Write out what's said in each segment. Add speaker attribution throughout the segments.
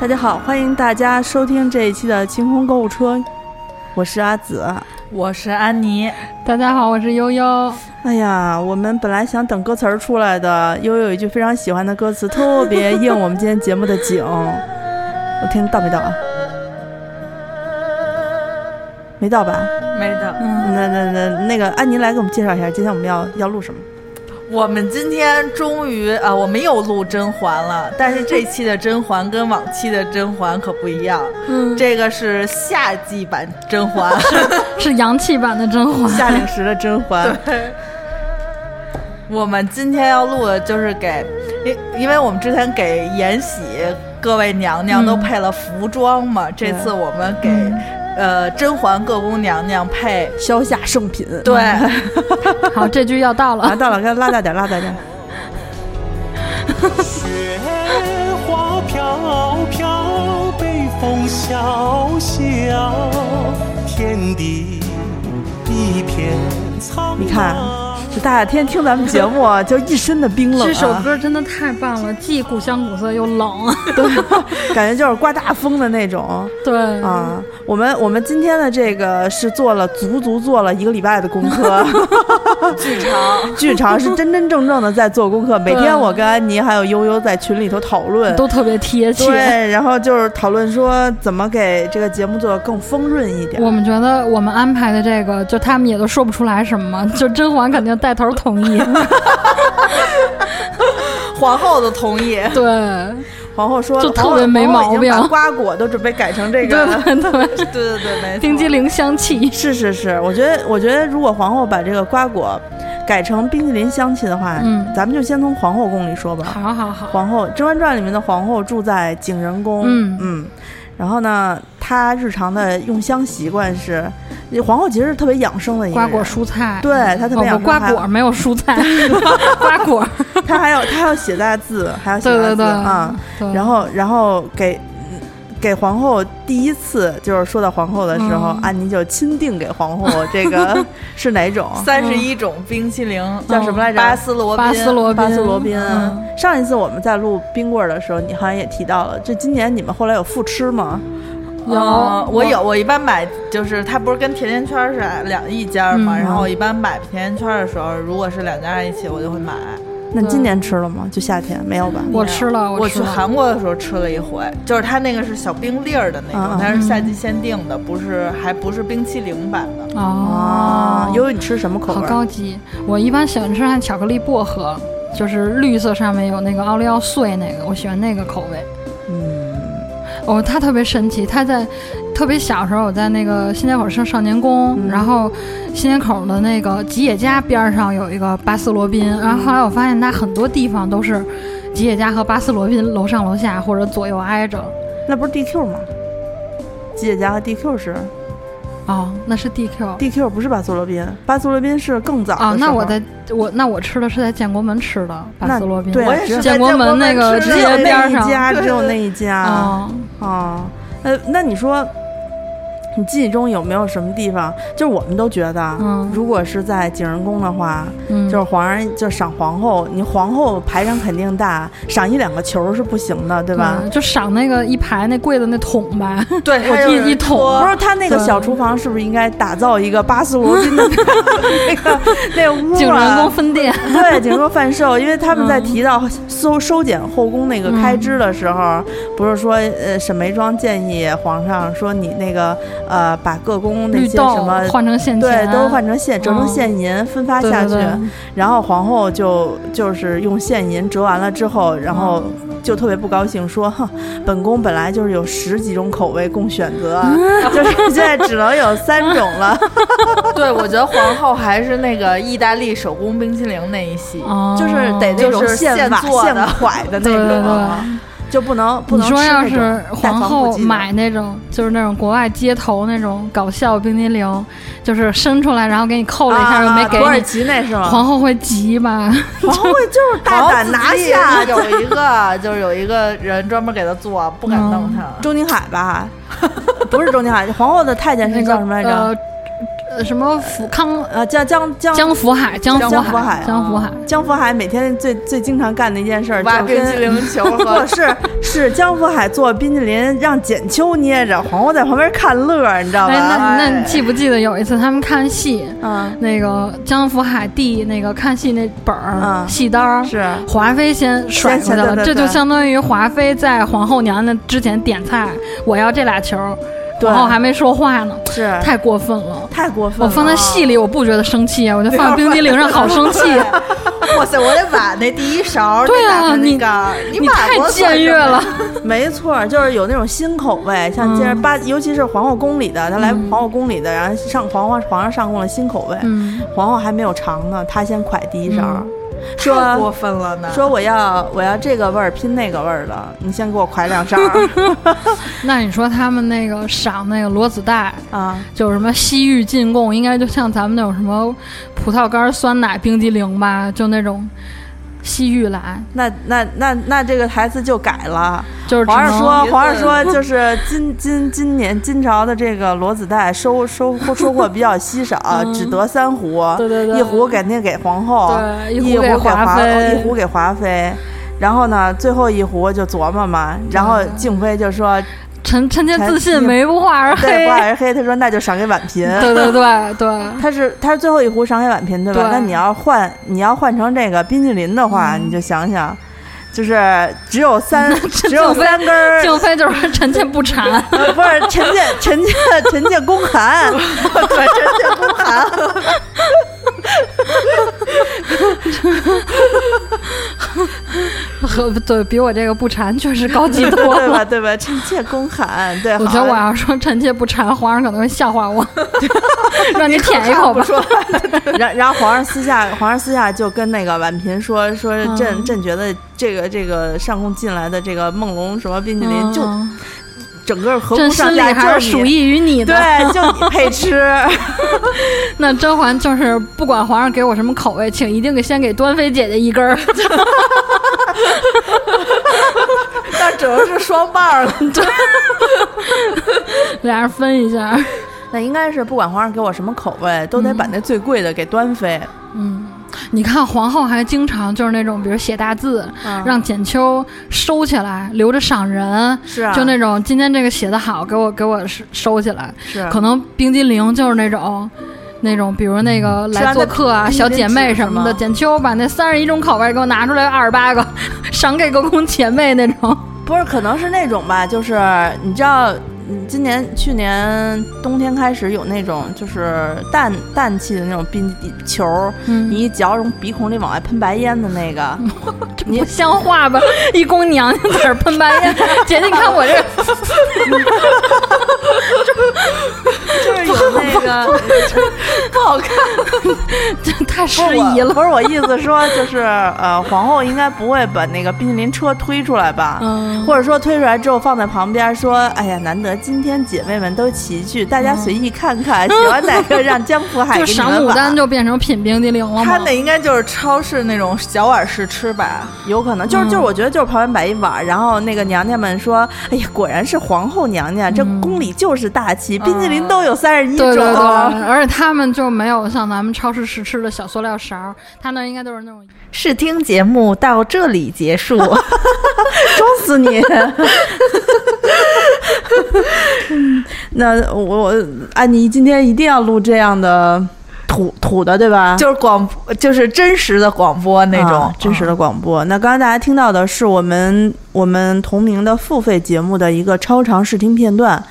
Speaker 1: 大家好，欢迎大家收听这一期的晴空购物车，我是阿紫。
Speaker 2: 我是安妮，
Speaker 3: 大家好，我是悠悠。
Speaker 1: 哎呀，我们本来想等歌词儿出来的，悠悠有一句非常喜欢的歌词，特别应我们今天节目的景。 我天，到没到啊？没到吧？
Speaker 2: 没的。
Speaker 3: 嗯，
Speaker 1: 那那那那个安妮来给我们介绍一下，今天我们要要录什么？
Speaker 2: 我们今天终于啊，我没有录甄嬛了，但是这期的甄嬛跟往期的甄嬛可不一 样，
Speaker 3: 嗯，
Speaker 2: 这个是夏季版甄 嬛，
Speaker 3: 是洋气版的甄 嬛。
Speaker 1: 夏令时的甄 嬛，
Speaker 2: 我们今天要录的就是给，因因为我们之前给延禧各位娘娘都
Speaker 3: 嗯
Speaker 2: 配了服装嘛，这次我们给、
Speaker 3: 嗯
Speaker 2: 呃甄嬛各宫娘娘配。
Speaker 1: 消夏圣品。
Speaker 2: 对，
Speaker 3: 好，这句要到
Speaker 1: 啊，
Speaker 3: 了。
Speaker 1: 到了，该拉大点，拉大 点。
Speaker 4: 雪花飘飘，北风萧萧，天地一片苍茫。
Speaker 1: 你看这大夏天听咱们节目啊，就一身的冰冷、啊。
Speaker 3: 这首歌真的太棒了，既古香古色又冷。啊
Speaker 1: 对，感觉就是刮大风的那种
Speaker 3: 对，
Speaker 1: 啊。我们我们今天的这个是做了足足做了一个礼拜的功 课，
Speaker 2: 剧场
Speaker 1: 剧场是真真正正的在做功课。每天我跟安妮还有悠悠在群里头讨论，
Speaker 3: 都特别贴切。
Speaker 1: 对，然后就是讨论说怎么给这个节目做得更丰润一点。
Speaker 3: 我们觉得我们安排的这个，就他们也都说不出来什么，就甄嬛肯定带头 同 意。
Speaker 2: 皇后都同意，
Speaker 3: 对，
Speaker 1: 皇后说
Speaker 3: 就
Speaker 1: 皇后
Speaker 3: 特别没
Speaker 1: 皇
Speaker 3: 毛病
Speaker 1: 后已经把瓜果都准备改成这
Speaker 3: 对
Speaker 1: 个。
Speaker 3: 对对，
Speaker 2: 对 对对，没错。
Speaker 3: 冰激凌香气。
Speaker 1: 是是是，我觉得我觉得如果皇后把这个瓜果改成冰淇淋香气的话，
Speaker 3: 嗯
Speaker 1: 咱们就先从皇后宫里说吧。
Speaker 3: 好好好，
Speaker 1: 皇后，《甄嬛传》里面的皇后住在景仁宫，
Speaker 3: 嗯
Speaker 1: 然后呢，她日常的用香习惯是，皇后其实是特别养生的一个
Speaker 3: 瓜
Speaker 1: 人
Speaker 3: 果蔬菜。
Speaker 1: 对她特别
Speaker 3: 哦
Speaker 1: 养
Speaker 3: 不，
Speaker 1: 生，
Speaker 3: 瓜果没有蔬菜， 瓜果。
Speaker 1: 还，她还有她还要写大字，还要写
Speaker 3: 对
Speaker 1: 大字
Speaker 3: 对对，
Speaker 1: 啊、
Speaker 3: 对
Speaker 1: 然后然后给。给皇后第一次就是说到皇后的时候，
Speaker 3: 嗯
Speaker 1: 安妮就钦定给皇后这 个是哪种？
Speaker 2: 三十一种冰淇淋，
Speaker 1: 叫什么来着？
Speaker 2: 巴斯罗宾
Speaker 3: 嗯巴斯罗宾，
Speaker 1: 巴斯罗宾。
Speaker 3: 嗯
Speaker 1: 上一次我们在录冰棍儿的时候，你好像也提到了，这今年你们后来有复吃吗？
Speaker 3: 有
Speaker 2: 呃我有，我一般买就是它不是跟甜甜圈是两一家嘛，
Speaker 3: 嗯
Speaker 2: 然后我一般买甜甜圈的时候，如果是两家一起，我就会买。
Speaker 1: 那你今
Speaker 3: 对
Speaker 1: 年吃了吗？就夏天没有吧？
Speaker 3: 嗯我吃了，
Speaker 2: 我去
Speaker 3: 吃了。
Speaker 2: 韩国的时候吃了一回，就是它那个是小冰粒儿的那
Speaker 1: 嗯嗯
Speaker 2: 种，它是夏季限定的，不是还不是冰淇淋版的。
Speaker 3: 哦，
Speaker 1: 悠悠，啊你吃什么口
Speaker 3: 好
Speaker 1: 味？
Speaker 3: 高级。我一般喜欢吃和巧克力薄荷，就是绿色上面有那个奥利奥碎那个，我喜欢那个口味。
Speaker 1: 嗯
Speaker 3: 哦，它特别神奇，它在特别小时候，我在那个新街口上少年宫，
Speaker 1: 嗯
Speaker 3: 然后新街口的那个吉野家边儿上有一个巴斯罗宾，然后后来我发现它很多地方都是吉野家和巴斯罗宾楼上楼下或者左右挨着。
Speaker 1: 那不是 DQ 吗？吉野家和 DQ 是
Speaker 3: 哦，那是 DQ。
Speaker 1: DQ 不是巴斯罗宾，巴斯罗宾是更早的
Speaker 3: 啊，
Speaker 1: 时
Speaker 3: 那
Speaker 1: 候
Speaker 3: 我在我那我吃的是在建国门吃的
Speaker 1: 那
Speaker 3: 巴斯罗宾，
Speaker 1: 对
Speaker 2: 我也是
Speaker 3: 建
Speaker 2: 在
Speaker 3: 国门那个
Speaker 2: 吃
Speaker 3: 直
Speaker 1: 只
Speaker 2: 的
Speaker 3: 接
Speaker 1: 有
Speaker 3: 边
Speaker 1: 那
Speaker 3: 儿
Speaker 1: 一
Speaker 3: 上
Speaker 1: 家，
Speaker 2: 对
Speaker 1: 只有那一家
Speaker 3: 哦，
Speaker 1: 啊。呃，那你说，你记忆中有没有什么地方？就是我们都觉得，
Speaker 3: 嗯
Speaker 1: 如果是在景仁宫的话，
Speaker 3: 嗯，
Speaker 1: 就是皇上就赏皇后，你皇后排场肯定大，赏一两个球是不行的，对吧？
Speaker 3: 就赏那个一排那柜子那桶 吧，
Speaker 2: 对，
Speaker 3: 嗯我
Speaker 2: 它
Speaker 3: 一
Speaker 2: 就是
Speaker 3: 一桶
Speaker 2: 托
Speaker 1: 不是他那个
Speaker 3: 对
Speaker 1: 小厨房是不是应该打造一个巴斯罗宾的那个那个屋啊？
Speaker 3: 景仁宫分店，
Speaker 1: 对景仁宫贩售，因为他们在
Speaker 3: 嗯
Speaker 1: 提到收收减后宫那个开
Speaker 3: 嗯
Speaker 1: 支的时候，不是说呃沈眉庄建议皇上说你那个呃把各宫那
Speaker 3: 绿
Speaker 1: 些
Speaker 3: 豆
Speaker 1: 什么。
Speaker 3: 换成现
Speaker 1: 对
Speaker 3: 钱，，
Speaker 1: 都换成现折成
Speaker 3: 嗯
Speaker 1: 现银分发
Speaker 3: 对
Speaker 1: 下去，
Speaker 3: 对对
Speaker 1: 然后皇后就就是用现银折完了之后，然后
Speaker 3: 嗯
Speaker 1: 就特别不高兴，说：“哼，本宫本来就是有十几种口味供选择，啊
Speaker 3: 嗯
Speaker 1: 就是现在只能有三种了。
Speaker 2: 对，我觉得皇后还是那个意大利手工冰淇淋那一系，
Speaker 3: 哦”
Speaker 1: 就是得那种现瓦
Speaker 2: 就是现做
Speaker 1: 现
Speaker 2: 的
Speaker 1: 蒯的
Speaker 3: 对
Speaker 1: 那
Speaker 3: 对
Speaker 1: 种，啊
Speaker 3: 对，
Speaker 1: 就不能不
Speaker 3: 你
Speaker 1: 能吃
Speaker 3: 说要
Speaker 1: 那
Speaker 3: 是
Speaker 1: 种带
Speaker 3: 皇
Speaker 1: 防腐
Speaker 3: 后
Speaker 1: 剂的
Speaker 3: 买那种就是那种国外街头那种搞笑冰激凌，就是伸出来然后给你扣了一下又没
Speaker 1: 啊
Speaker 3: 给
Speaker 1: 土耳
Speaker 3: 你，
Speaker 1: 其那是吗？
Speaker 3: 皇后会 急吧？
Speaker 1: 皇后就是大胆拿下
Speaker 2: 然后自己 有一个，就是有一个人专门给他做，不敢弄他。
Speaker 1: 周宁海吧？不是周宁海，皇后的太监
Speaker 3: 那
Speaker 1: 是
Speaker 3: 个
Speaker 1: 叫什么来着？
Speaker 3: 呃呃什么福康
Speaker 1: 呃，江江江
Speaker 3: 江福海江
Speaker 1: 江福海
Speaker 3: 海江福海，
Speaker 1: 江福海每天最最经常干的一件事儿，
Speaker 2: 挖
Speaker 1: 就
Speaker 2: 冰
Speaker 1: 跟
Speaker 2: 激凌球
Speaker 1: 不
Speaker 2: 和
Speaker 1: 是是江福海做冰淇淋，让简秋捏着，黄瓜在旁边看乐儿，你知道
Speaker 3: 哎，
Speaker 1: 吧？
Speaker 3: 那那你记不记得有一次他们看戏，
Speaker 1: 嗯，
Speaker 3: 那个江福海递那个看戏那本儿
Speaker 1: 嗯
Speaker 3: 戏单儿，
Speaker 1: 是
Speaker 3: 华妃先甩过去
Speaker 1: 先
Speaker 3: 了，
Speaker 1: 对
Speaker 3: 这
Speaker 1: 对对
Speaker 3: 就相当于华妃在皇后娘娘之前点菜，我要这俩球，
Speaker 1: 对
Speaker 3: 皇后还没说话呢，
Speaker 1: 是
Speaker 3: 太过分了。
Speaker 1: 太过分了。
Speaker 3: 我放在戏里，我不觉得生气啊，我就放在冰激凌上，好生气。啊
Speaker 2: 哇塞，我得碗那第一勺，
Speaker 3: 对
Speaker 2: 那
Speaker 3: 啊
Speaker 2: 打成那
Speaker 3: 你
Speaker 2: 杆儿你
Speaker 3: 你
Speaker 2: 碗
Speaker 3: 太
Speaker 2: 我算
Speaker 3: 僭越
Speaker 2: 什么
Speaker 3: 了，
Speaker 1: 没错儿，就是有那种新口味，
Speaker 3: 嗯
Speaker 1: 像今儿八，尤其是皇后宫里的，他来皇后宫里的，然后上皇后皇上上供了新口味，
Speaker 3: 嗯，
Speaker 1: 皇后还没有尝呢，她先㧟第一勺，
Speaker 3: 嗯
Speaker 2: 太 过
Speaker 1: 说
Speaker 2: 分了呢。
Speaker 1: 说我要我要这个味儿拼那个味儿的，你先给我㧟两勺
Speaker 3: 那你说他们那个赏那个裸子带，
Speaker 1: 啊，
Speaker 3: 就是什么西域进贡，应该就像咱们那种什么葡萄干、酸奶、冰激凌吧，就那种西域来，
Speaker 1: 那那那那这个台词就改了。
Speaker 3: 就是只
Speaker 1: 皇上
Speaker 3: 能
Speaker 1: 说，
Speaker 2: 别
Speaker 1: 皇上
Speaker 2: 问
Speaker 1: 说， 就是今今今年金朝的这个罗子带收收收获比较稀少，啊只得三壶，
Speaker 3: 嗯对对对
Speaker 1: 一壶给那给皇后，
Speaker 3: 对
Speaker 1: 一
Speaker 3: 一壶给
Speaker 1: 给
Speaker 3: 华妃
Speaker 1: 一壶给华妃。然后呢，最后一壶就琢磨嘛，然后
Speaker 3: 嗯
Speaker 1: 敬妃就
Speaker 3: 哎
Speaker 1: 说
Speaker 3: 臣臣妾自信，
Speaker 1: 臣妾
Speaker 3: 眉不画而：“
Speaker 1: 对，
Speaker 3: 黑
Speaker 1: 不。而黑。”他说：“那就赏给婉嫔。
Speaker 3: 对对 对对，
Speaker 1: 他是他是最后一壶赏给婉嫔，对吧？
Speaker 3: 对嗯
Speaker 1: 那你要换你要换成这个冰淇淋的话，你就想想，就是只有三只有
Speaker 3: 敬妃
Speaker 1: 三根儿
Speaker 3: 静妃就是臣妾不馋。
Speaker 1: 呃不是臣妾，臣妾，臣妾宫 寒，对，臣妾宫寒。
Speaker 3: 和对比我这个不馋确实高级多
Speaker 1: 对
Speaker 3: 了。
Speaker 1: 吧？对吧？臣妾宫寒， 对，
Speaker 3: 我觉
Speaker 1: 好
Speaker 3: 得我要说臣妾不馋，皇上可能会笑 话我，让你舔一口吧。
Speaker 1: 然然后皇上私下，皇上私下就跟那个婉嫔说，说朕
Speaker 3: 嗯
Speaker 1: 朕觉得这个这个上宫进来的这个梦龙什么冰淇淋，就
Speaker 3: 嗯
Speaker 1: 整个合
Speaker 3: 朕
Speaker 1: 乎
Speaker 3: 心
Speaker 1: 上
Speaker 3: 里
Speaker 1: 下，就
Speaker 3: 还
Speaker 1: 是是
Speaker 3: 属
Speaker 1: 你。
Speaker 3: 意于你的。
Speaker 1: 对，就 你配吃，
Speaker 3: 那甄嬛就是不管皇上给我什么口味，请一定先给端妃姐姐一根儿。
Speaker 2: 那只能是双棒儿了。
Speaker 3: 俩人分一下。
Speaker 1: 那应该是不管皇上给我什么口味，都得把
Speaker 3: 嗯
Speaker 1: 那最贵的给端妃。
Speaker 3: 你看皇后还经常就是那种，比如写大字，
Speaker 1: 嗯
Speaker 3: 让简秋收起来，留着赏人。
Speaker 1: 是啊，
Speaker 3: 就那种今天这个写的好，给我给我收收起来。
Speaker 1: 是啊
Speaker 3: 可能冰激凌就是那种。那种，比如那个来做客啊，
Speaker 1: 是
Speaker 3: 小
Speaker 1: 让那
Speaker 3: 姐妹什么的，
Speaker 1: 冰激
Speaker 3: 简秋把那三十一种口味给我拿出来二十八个， 赏给个宫姐妹那种。
Speaker 1: 不是，可能是那种吧，就是你知道，嗯今年去年冬天开始有那种就是氮氮气的那种冰球儿，
Speaker 3: 嗯
Speaker 1: 你一嚼，从鼻孔里往外喷白烟的那个，
Speaker 3: 这不像话吧？一宫娘娘在这儿喷白烟， 姐你看我这
Speaker 1: 就是有那 个
Speaker 2: 不好看，
Speaker 3: 这 太失
Speaker 1: 不是
Speaker 3: 仪
Speaker 1: 我
Speaker 3: 了。
Speaker 1: 不是我意思说，就是呃，皇后应该不会把那个冰淇淋车推出来吧？
Speaker 3: 嗯
Speaker 1: 或者说推出来之后放在旁边，说：“哎呀，难得今天姐妹们都齐聚，大家随意看看，喜欢哪个让江福海
Speaker 3: 嗯 就
Speaker 1: 给你
Speaker 3: 赏
Speaker 1: 们
Speaker 3: 牡
Speaker 1: 碗
Speaker 3: 丹就变成品冰激凌了
Speaker 2: 他
Speaker 3: 吗？
Speaker 2: 那应该就是超市那种小碗试吃吧？
Speaker 1: 有可能，就是
Speaker 3: 嗯
Speaker 1: 就是，我觉得就是旁边摆一碗儿，然后那个娘娘们说：“哎呀，果然是皇后娘娘，这宫里就是大气，冰淇淋都有三十一种。
Speaker 3: 嗯
Speaker 1: 啊
Speaker 3: 对对对，而且他们就没有像咱们超市试吃的小塑料勺儿，他那应该都是那种
Speaker 2: 试听节目到这里结束，
Speaker 1: 装死你！嗯那我我安妮今天一定要录这样的土土的，对吧？
Speaker 2: 就是广，就是真实的广播那种、嗯
Speaker 1: 啊真实的广播。那刚才大家听到的是我们我们同名的付费节目的一个超长试听片段。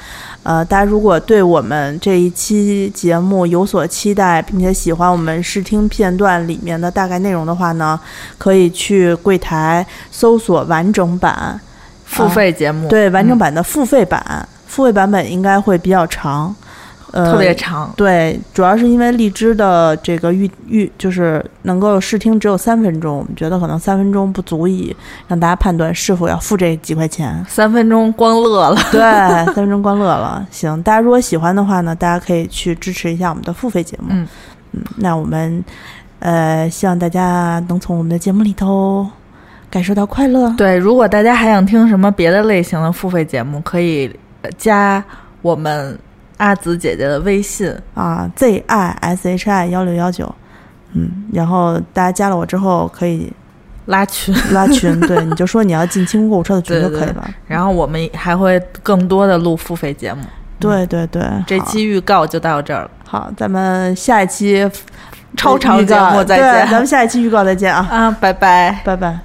Speaker 1: 呃，大家如果对我们这一期节目有所期待，并且喜欢我们试听片段里面的大概内容的话呢，可以去柜台搜索完整版，
Speaker 2: 付费节目，
Speaker 1: 对完整版的付费版，付费版本应该会比较长，呃，
Speaker 2: 嗯特别长。。
Speaker 1: 对，主要是因为荔枝的这个预预就是能够试听只有三分钟，我们觉得可能三分钟不足以让大家判断是否要付这几块钱
Speaker 2: 三分钟光乐了，
Speaker 1: 对，三分钟关乐了。行，大家如果喜欢的话呢，大家可以去支持一下我们的付费节目。
Speaker 2: 嗯
Speaker 1: 嗯那我们呃，希望大家能从我们的节目里头感受到快乐。
Speaker 2: 对，如果大家还想听什么别的类型的付费节目，可以呃加我们阿紫姐姐的微信，
Speaker 1: 啊，Z I S H I 幺六幺九，嗯，然后大家加了我之后可以
Speaker 2: 拉群。
Speaker 1: 拉群，对，你就说你要进清空购物车的群就可以了。
Speaker 2: 然后我们还会更多的录付费节目。
Speaker 1: 对对对，
Speaker 2: 嗯这期预告就到这儿了，
Speaker 1: 好好，咱们下一期
Speaker 2: 超长
Speaker 1: 预
Speaker 2: 节
Speaker 1: 告
Speaker 2: 目再
Speaker 1: 对
Speaker 2: 见
Speaker 1: 咱们下一期预告再见啊，
Speaker 2: 啊，拜拜。
Speaker 1: 拜拜。